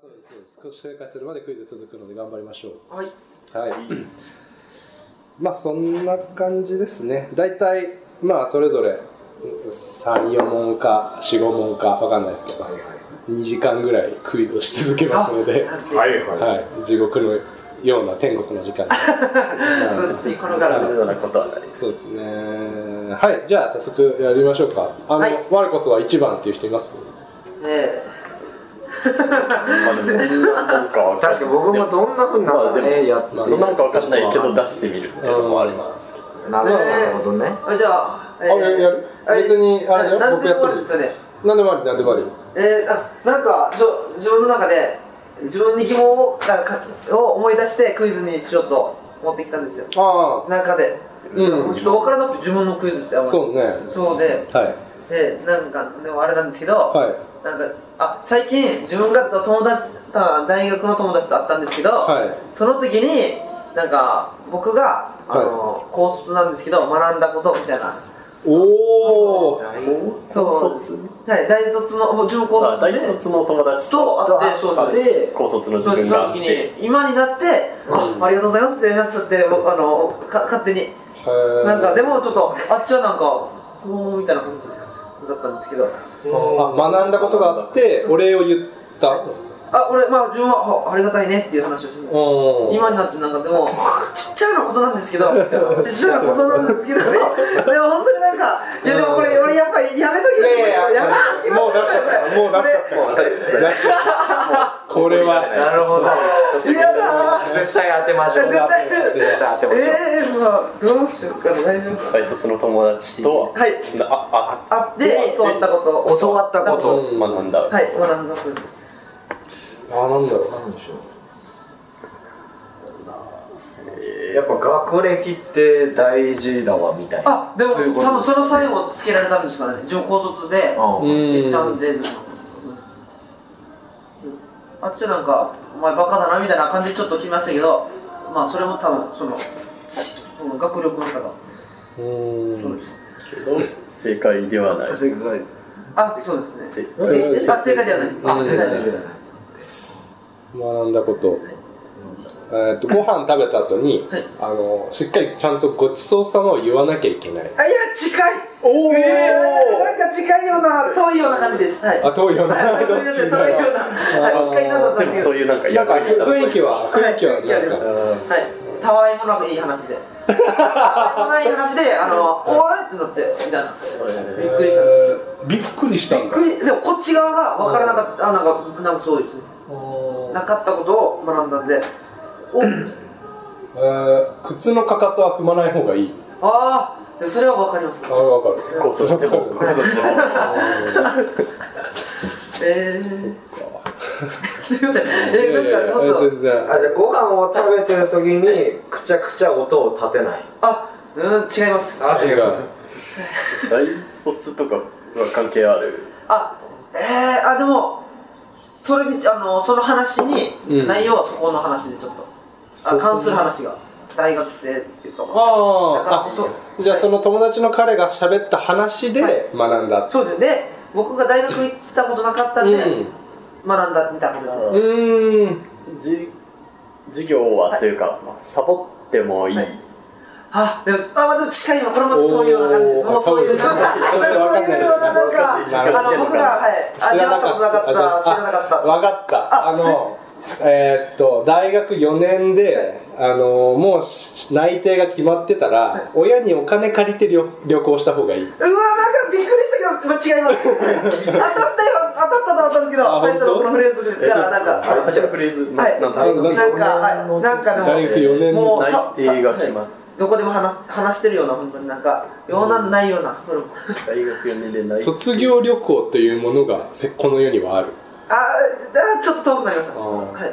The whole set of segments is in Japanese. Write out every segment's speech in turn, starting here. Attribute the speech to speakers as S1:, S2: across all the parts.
S1: そうですそうです正解するまでクイズ続くので頑張りましょ
S2: はい。
S1: うはいまあそんな感じですね大体まあそれぞれ34問か45問かわかんないですけど2時間ぐらいクイズをし続けますので、
S2: は。
S3: はいいはい。
S1: はい、地獄のような天国の時間ですはい
S2: つい転が
S4: その
S2: る。
S4: ようなことはないです。
S1: そうですねはいじゃあ早速やりましょうかあの、
S2: はい
S1: マルコスは1番っていう人います
S2: え
S4: まあでもなんかわんない
S3: 確かに僕もどんなふうになったか
S4: まあで
S3: ね
S4: も
S3: やって
S1: まあ
S4: なんかわかんないけど出
S3: し
S4: してみるっていうのもありますけど。
S3: なるほどなるほどね
S2: え。じゃあ、え
S1: あややる別にあれだよ
S2: なん
S1: 僕
S2: で
S1: や
S2: も
S1: ってる
S2: あるんですよね。
S1: 何でもあり何でもあり
S2: えー、あなんかじょ自分の中で自分に疑問をなんかかを思い出してクイズにしようと思ってきたんですよ
S1: あ
S2: 中で、
S1: うん
S2: もうちょっと分からなくて自分のクイズってあん
S1: あ
S2: まり
S1: そうね
S2: そうで
S1: はい
S2: でなんかでもあれなんですけど、
S1: はい
S2: なんかあ最近自分が友達た大学の友達と会ったんですけど、
S1: はい
S2: その時になんか僕があの、高卒なんですけど学んだことみたいな
S1: おお
S2: そう
S4: 高卒
S2: はい大卒のもう自分高
S4: あ
S2: 卒
S4: 大
S2: で
S4: 卒の友達と
S2: と会ってそうです
S3: で
S4: 高卒の自
S2: そう
S4: 分
S2: そ
S4: が
S2: の
S4: あっ
S2: 時
S4: て。
S2: に今になって、あありがとうございますってなっちゃって僕あのか勝手になんかでもちょっとあっちはなんかこうみたいな感じだったんですけど
S1: あ学んだことがあってお礼を言った
S2: あ俺まあ自分はあありがたいねっていう話をしてます
S1: お
S2: 今になってなんかでも ちっちゃいなことなんですけどちっちゃいなことなんですけど でも本当になんかいやでもこれ俺やっぱりやめとき
S1: い
S2: ま
S1: やいや
S2: やばい
S1: もう出しちゃったもう出しちゃった
S4: 大卒
S1: 出しちゃった これは
S3: なるほど
S2: いやだ
S3: 絶対当てましょう
S2: 絶対
S3: 絶対当てましょう
S2: ええー、まあどうしようかな大丈夫か
S4: 大卒の友達と
S2: はい
S4: なあ
S2: あで教わったこと
S3: 教わったこと
S4: あ学んだ。
S2: はい学んだそうです
S1: あなんだろう
S3: なんでしょうえーやっぱ学歴って大事だわみたいな
S2: あでも
S3: ということ
S2: 多分その際もつけられたんですからね自分高卒で
S3: うん
S2: 行った
S1: うん
S2: んで、あっちはなんか「お前バカだな」みたいな感じでちょっと来ましたけどまあそれも多分その知その学力の差がそうです
S4: けど正解ではない。
S3: 正解
S2: あそうですね
S4: 正
S1: え
S2: えあ正解ではないです
S1: うん
S2: あ正解ではない
S1: 学んだことえーとご飯食べた後に
S2: はい
S1: あのしっかりちゃんとごちそうさまを言わなきゃいけない
S2: あいや近い
S1: おお
S2: えー、なんか近いような遠いような感じですはい
S1: あ遠いよな
S2: はいすいません遠いようなはい近いなと
S4: でもそういうなんか
S1: なんか
S4: 役に立つ
S1: 雰囲気は雰囲気はなんか
S2: はい、たわいもなくいい話で。たわいもない話で、あの、おいってなって、みたいな。びっくりしたんですけど。
S1: びっくりした
S2: びっくり、でもこっち側が分からなかった、あ、なんか、なんかそうですね。なかったことを学んだ んで。お、
S1: えー靴のかかとは踏まない方がいい
S2: ああ、それは分かります。
S1: あわかる
S4: 高卒でも高卒でも。
S2: ええー。すいません、え、
S1: いやい
S2: な
S1: や
S2: んか、ほんと。
S1: 全然
S3: あじゃあご飯を食べてる時にくちゃくちゃ音を立てない
S2: あ、うん、違います。
S3: あ
S1: 違います
S4: 大卒とかは関係ある
S2: あ、ええー、あ、でも。それに、あの、その話に、
S1: うん
S2: 内容はそこの話でちょっと。あ関する話が大学生っていうかまあだから
S1: あ
S2: こそ
S1: あじゃあその友達の彼が喋った話
S2: は
S1: で学んだ
S2: そうですねで僕が大学行ったことなかったんで、学んだみたいなことですね
S1: うんうーん
S4: じ授業はというか、まあサボってもいい、
S2: はいあでもあまあでも近いのこれも遠いような感じです
S1: おー
S2: もうそういう
S1: わか
S2: なんん
S1: ない
S2: かそういうようななんか
S4: 難しい
S2: あの僕がはい味わったことなかった知らなかった
S1: 分かったあのえーっと大学4年であのもうし内定が決まってた
S2: は
S1: ら
S2: い
S1: 親にお金借りて旅旅行した方がいいう
S2: わなんかびっくりしたけどまあ違います当たったよ当たったと思ったんですけ
S1: あ
S2: ど最初の
S1: 本
S2: こ
S1: 当
S2: のフレーズからなんか
S4: あれ最初のフレーズ、な
S2: はい
S4: なんだ
S1: あ
S2: なんかはいなんかでも
S1: 大学4年
S2: も
S1: の
S2: うた
S4: 内定が決まっ
S2: どこでも話話してるような本当になんかようなないようなこれも
S4: 大学4年で内定
S1: 卒業旅行というものがせこの世にはある
S2: あーあーちょっと遠くなりました
S1: あー
S2: はい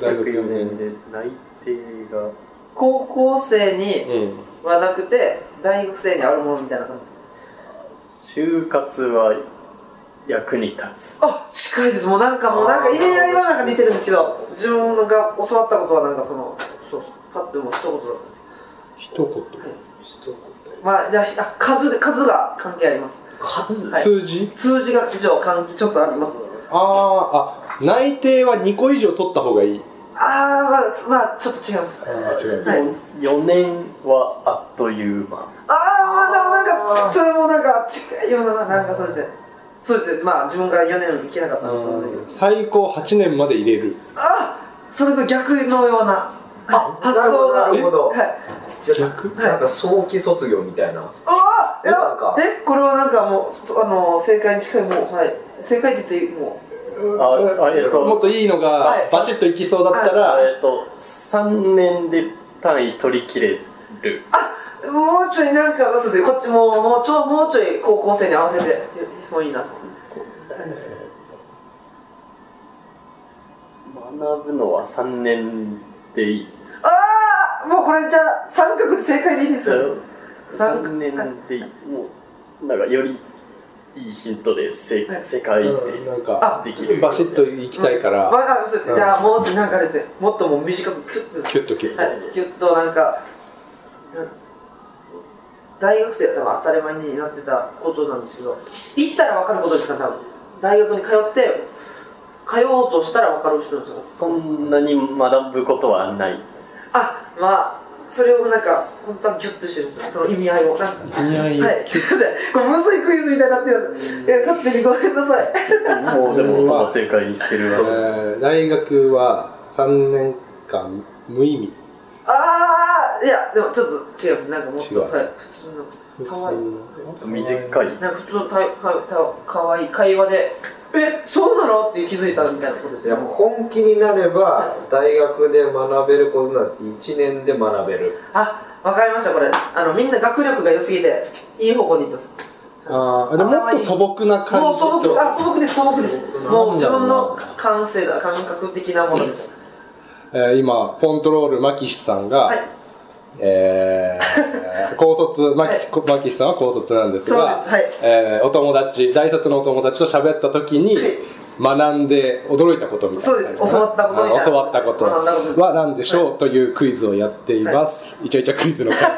S4: 大学4年で内定が
S2: 高校生に
S1: うん
S2: はなくて大学生にあるものみたいな感じです
S4: 就活は役に立つ
S2: あ近いですもうなんかもうなんか意味合いはなんか似てるんですけど自分が教わったことはなんかそのそうそうパッともう一言だったんです
S1: 一
S2: けどまあじゃあしあ数で数が関係あります
S4: 数
S1: 言数字
S2: 数字が一応関係ちょっとあります
S1: あーあ内定は2個以上取った方がいい
S2: あー、まあ、まあ、ちょっと違います。あー、
S1: あ違う
S2: はい
S4: 4年はあっという間
S2: まあ、でもなんか、それもなんか、近いような、なんかそうですね。そうですね、まあ、自分が4年行けなかったんですよ、ね。
S1: 最高8年まで入れる
S2: あそれの逆のような、あ発
S3: なるほ
S2: 想
S3: ど
S2: が。
S3: なるほど
S2: はい。
S3: じゃあなんか早期卒業みたいな
S2: ああ、い
S3: なんか
S2: や、え、これはなんかもう、そあの、正解に近い、もう、はい。正解って言って、もう。
S4: ああえっと
S1: もっといいのが
S2: はい
S1: バシッといきそうだったら、
S4: えっと3年で単位取り切れる
S2: もうちょいなんか、そうですね、こっちもう、もうちょい、もうちょい高校生に合わせて、もういいな。
S4: 学ぶのは3年でいい
S2: ああ、もうこれじゃあ、三角で正解でいいんですよ。三
S4: 3年でいいもうなんかよりいいヒントでせ世界って
S1: うんなんか
S2: あ
S4: できる
S1: バシッといきたいから、
S2: わかるそうですじゃあ、もうちょいなんかですね、もっともう短く、キュッと。
S1: キュッとキュッと、
S2: はい、キュッとなんか、うん大学生は多分当たり前になってたことなんですけど、行ったら分かることですから、多分大学に通って、通おうとしたら分かる人ですよ。
S4: そんなに学ぶことはない
S2: あまあ、それをなんか、本当はギュッとしてるんですよ、その意味合いを。なんか
S1: いやいや
S2: はい、すいません、これむずいクイズみたいになってます。いや、勝手にごめんなさい。
S4: もうでも
S1: うん
S4: ほぼ正解にしてる
S1: え
S4: わ
S1: ー大学は3年間無意味
S2: あー、いや、でもちょっと違います、なんかもっ
S1: 違う
S2: と、はい、普通の、かわいい。
S4: もっと短い
S2: なんか普通のたかたかわいい会話で「えそうなの?」って気づいたみたいなことです
S3: いや
S2: よ
S3: 本気になれば大学で学べることなんて1年で学べる
S2: あわかりましたこれあのみんな学力が良すぎていい方向に行ってます
S1: あーでももっと素朴な感じ
S2: もう素朴あ素朴です素朴ですもう自分の感性だ感覚的なものですよ
S1: えー今コントロールマキシさんが、
S2: はい
S1: えー高卒マキ,、
S2: はい
S1: マキシさんは高卒なんです
S2: そうで
S1: が
S2: すはい
S1: えーお友達大卒のお友達と喋った時に、
S2: はい
S1: 学んで驚いたことみたいな感じかな
S2: そうです教わったことみたいな
S1: あ教わったこと
S2: 学んだこと
S1: は何でしょう、というクイズをやっています、い、ちゃいちゃクイズの 回
S2: ま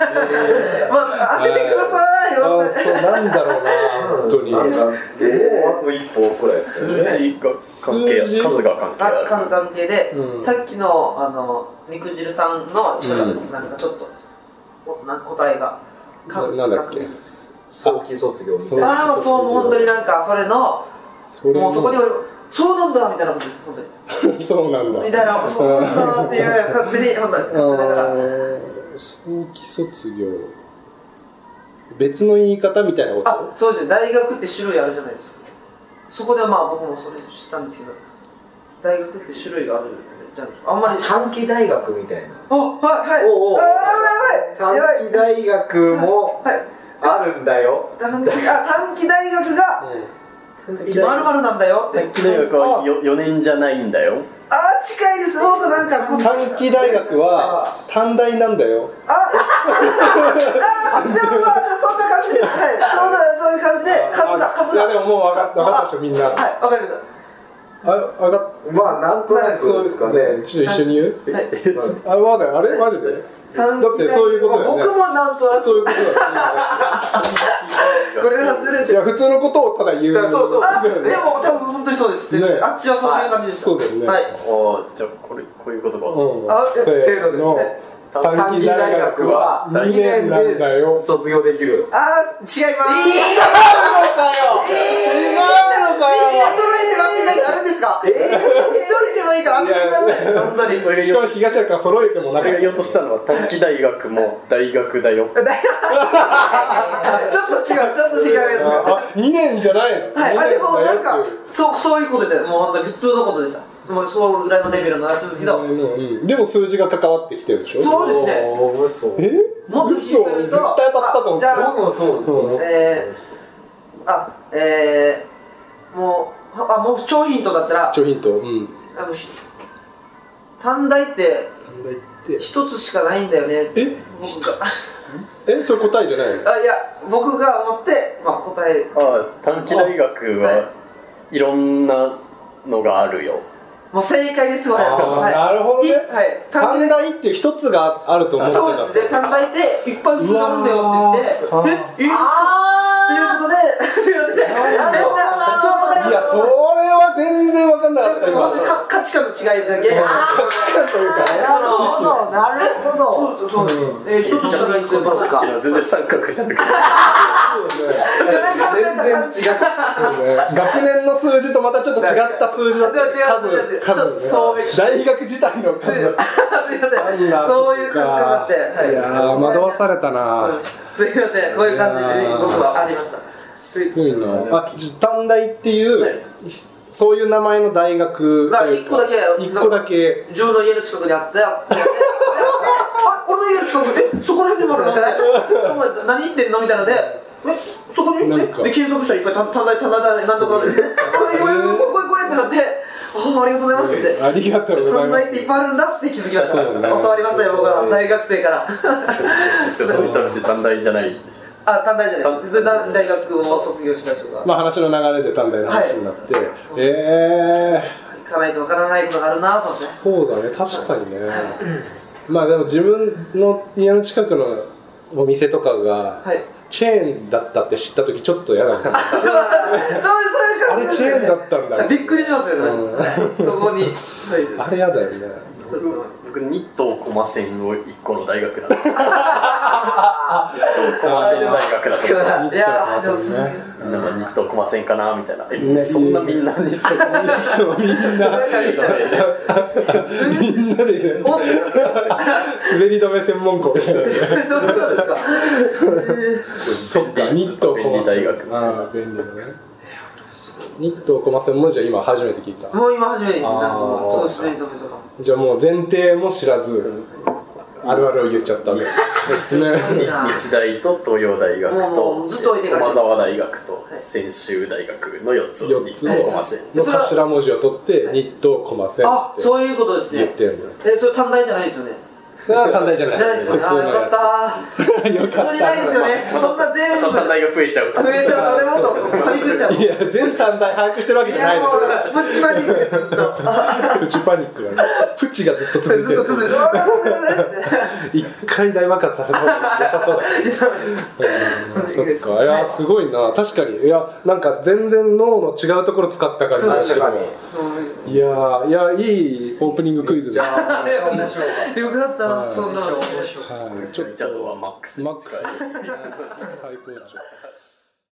S2: あ当ててください
S1: あ
S2: よ
S1: ーそうなんだろうな本当に
S3: なんかもうあと一歩くらいです
S4: 数
S3: よね
S4: 字が関係あ
S1: 数字
S4: る数が関係
S2: あ
S4: あ
S2: 関関係で、
S1: うん
S2: さっきのあの肉汁さんの近くです、なんかちょっとおなんか答えがか
S1: ななんだっけ
S2: 確認
S3: 早期卒業みたいな
S2: ああそうもう本当になんかそれの
S1: それ
S2: もうそこにそうなんだみたいなことです本当に
S1: そうなんだ
S2: みたいなそう なんだっていう勝手に本当に勝手にだから
S1: あー早期卒業別の言い方みたいなこと
S2: あそうですよ大学って種類あるじゃないですかそこでまあ僕もそれ知ったんですけど大学って種類があるじゃないですかあんまり
S3: 短期大学みたいな
S2: あはいはい
S3: おうおう
S2: あーやばいやばいやばい
S3: 短期大学も
S2: はい
S3: あるんだよ
S2: 短期あ短期大学が
S4: る
S2: まるまるなんだよって
S4: 短期大学は 4, 年じゃないんだよ
S2: ああ近いですもっとなんかこう
S1: 短期大学は短大なんだよ
S2: ああでもまあそんな感じですはいそうだそういう感じで数だ数
S1: い
S2: だ
S1: やでももう分かった分かったでしょみんな
S2: はい、わかりまし
S1: あ、わかっ
S3: まあなんとな
S1: た。
S3: くそうですかね
S1: ちょっと一緒に言う。
S2: た。はい。
S3: まあ
S1: あ、まだ、あれ、マジで。だって、そういうことだよね。
S2: 僕もなんとなく、
S1: そういうことだ
S2: これ外れ
S1: よね。い
S2: てる。
S1: や、普通のことをただ言う。
S3: だからそうそう
S2: あ、
S1: だ
S2: で
S1: よね
S2: も多分本当にそうです。
S1: ね
S2: あっちはそういう感じでした。
S1: そうだよね
S2: はい。
S4: ああじゃあこれこういうことか、
S1: うん
S2: あ
S1: せーの
S2: せ。
S1: 短期大学は
S3: 短
S1: 2
S3: 期大
S1: 年
S3: 学
S1: なんだ
S3: は
S1: よ。
S3: 卒業できる
S2: あー、違います。えー、
S1: 違うの
S2: みんな揃えて間違いあるんですかえー、一人でもいいから当ててください。本当に。
S4: 俺が
S1: しか
S4: 言お
S1: も
S4: う
S1: 東原から揃えてもなか
S4: 俺
S1: っ。
S4: が言おうとしたたのは短期大学も大学だよ
S2: ちょっと違う、ちょっと違うやつが。
S1: あ、2年じゃないの。
S2: はい、あでもなんか
S1: 二年だよっていう
S2: そうそういうことでしたもう本当に普通のことでしたもうそうぐらいのレベルのなってたけど、
S1: うんうんうんでも数字が関わってきてるでしょ。
S2: そうですね
S3: おー嘘
S1: え？
S2: もっと
S1: 嘘
S2: 聞いて
S1: 絶
S2: ると
S1: 対当たったと思っ
S2: じゃあ
S1: た。
S3: 僕もそうです
S1: うん
S2: えー、あえー、もうあもう超ヒントだったら
S1: ちょヒント。うん。
S2: あのひ短大って
S1: 短大って
S2: 一つしかないんだよねって
S1: え
S2: 僕が
S1: え、それ答えじゃないの？
S2: あいや僕が思って、まあ、答え
S4: ああ短期大学はいろんなのがあるよ
S2: もう正解ですこれ
S1: あー
S2: はい
S1: なるほどね
S2: いはい短
S1: 短
S2: 大
S1: 大っていう一つがあると思ってた
S2: そうですね短大っていっぱい普通あるんだよって言って
S1: うわー
S2: ええっていうことで、すいません。あれだ
S1: いやそれは全然わかんだった今
S2: 本当にか価値観の違いだけあ
S1: 価値観というかね
S2: なるほど
S1: 知
S2: なるほどそうそうそうです、えー、一つしかないんですよバス
S4: さっき
S2: か
S4: の全然三角じゃなくて
S3: 全然違う
S1: 識ね学年の数字とまたちょっと違った数字だった
S2: 違う違う違う
S1: 数
S2: ちょっと遠目
S1: 数ね大学自体の数
S2: すいませんそういう感覚になって、はい
S1: やー惑わされたな
S2: そうすいませんこういう感じで僕はありましたすい
S1: 海のあじ短大っていう、
S4: はい
S1: そういう名前の大学
S2: だから一個だけ
S1: 一個だけ
S2: 自分の家の近くにあったよ。あ俺の家の近くで、え、そこら辺にもあるのえお前何言ってんのみたいなので、え、そこに、え、
S1: なん
S2: で
S1: か
S2: 検索したらいっぱい、た短大、短大、短大、なんとかで、え、ごめんごめん、これ、これ、これってなって、ああ、ありがとうございますって。
S1: ありがとうござい
S2: 短
S1: ま
S2: 大っ
S1: す
S2: ていっぱいあるんだって気づきました。
S1: そうだね
S2: 教わりましたよ、僕は、大学生から。
S4: でもその人たち短大じゃない
S2: あ、短大じゃないです。大大学を卒業した人が。
S1: まあ話の流れで短大の話になって、ええー、
S2: 行かないとわからないことがあるなと思って。
S1: そうだね確かにねまあでも自分の家の近くのお店とかが
S2: はい。
S1: チェーンだったって知った時ちょっと嫌 だな
S2: そうそうそう
S1: あ
S2: いう
S1: れ
S2: 感じ
S1: チェーンだったんだ
S2: びっくりしますよね、
S1: うん
S2: はいそこに、は
S1: あれ嫌だよね
S2: い、ちょっと
S4: 僕日東駒線を一個の大学だと日東駒線大学だと思っ
S1: あ
S2: いやーでもそういう
S4: てなんか日東駒線かなみたいなえ
S1: ね
S4: そんなみんな日東駒線
S1: そうみんな
S2: なんかみたいな
S1: みんなで、ね、
S2: おっ
S1: 滑り止め専門校みたいな
S2: そうなんですか
S1: そっか、ニットをこませ
S4: 大学
S1: ああ、便利だね。ニットをこませんもじゃ今初めて聞いた。
S2: もう今初めて聞いた
S1: あー
S2: そうスペイン止めとかも
S1: じゃあもう前提も知らず、あるあるを言っちゃったわけですね。
S2: いいな
S4: 日大と東洋大学
S2: もう
S4: と
S2: ずっと置いていかれて
S4: 駒
S2: る
S4: 沢大学と
S2: はい
S4: 専修大学の4つを
S1: 4
S4: 日
S1: つ
S4: 東駒線
S1: の頭文字を取って、ニットをこませんっ
S2: あ
S1: て
S2: そういうことです
S1: 言っ
S2: ね
S1: てるんだよ。
S2: えそれ短大じゃないですよね
S1: それは短大じゃない。
S2: じゃないですよねあーよかっ
S1: た。
S2: た
S1: よ
S2: ー普
S1: かっ
S2: 通にないですよねそんな全部
S4: 簡単大学増えちゃうと
S2: 増えちゃう俺もっとパニックっちゃう
S1: た。いや、全短大把握してるわけ
S2: い
S1: じゃない
S2: や
S1: で
S2: も
S1: し
S2: うぶっちまにですずっと
S1: ょ。プチパニックだね。プチがずっと続いて
S2: ずっと続い
S1: る。
S2: てうわー
S1: 一回大爆発させた方が良さそうだね。そっか、いや、すごいな、確かに、いや、なんか全然脳の違うところ使った感じ
S2: そう
S1: ですけど。
S2: そういう
S1: いやー、いや、いいオープニングクイズです。は
S2: あれ面白よかったそんなの
S1: い、ちょっ
S4: ちゃうはマックス
S1: と、マックス、最高潮。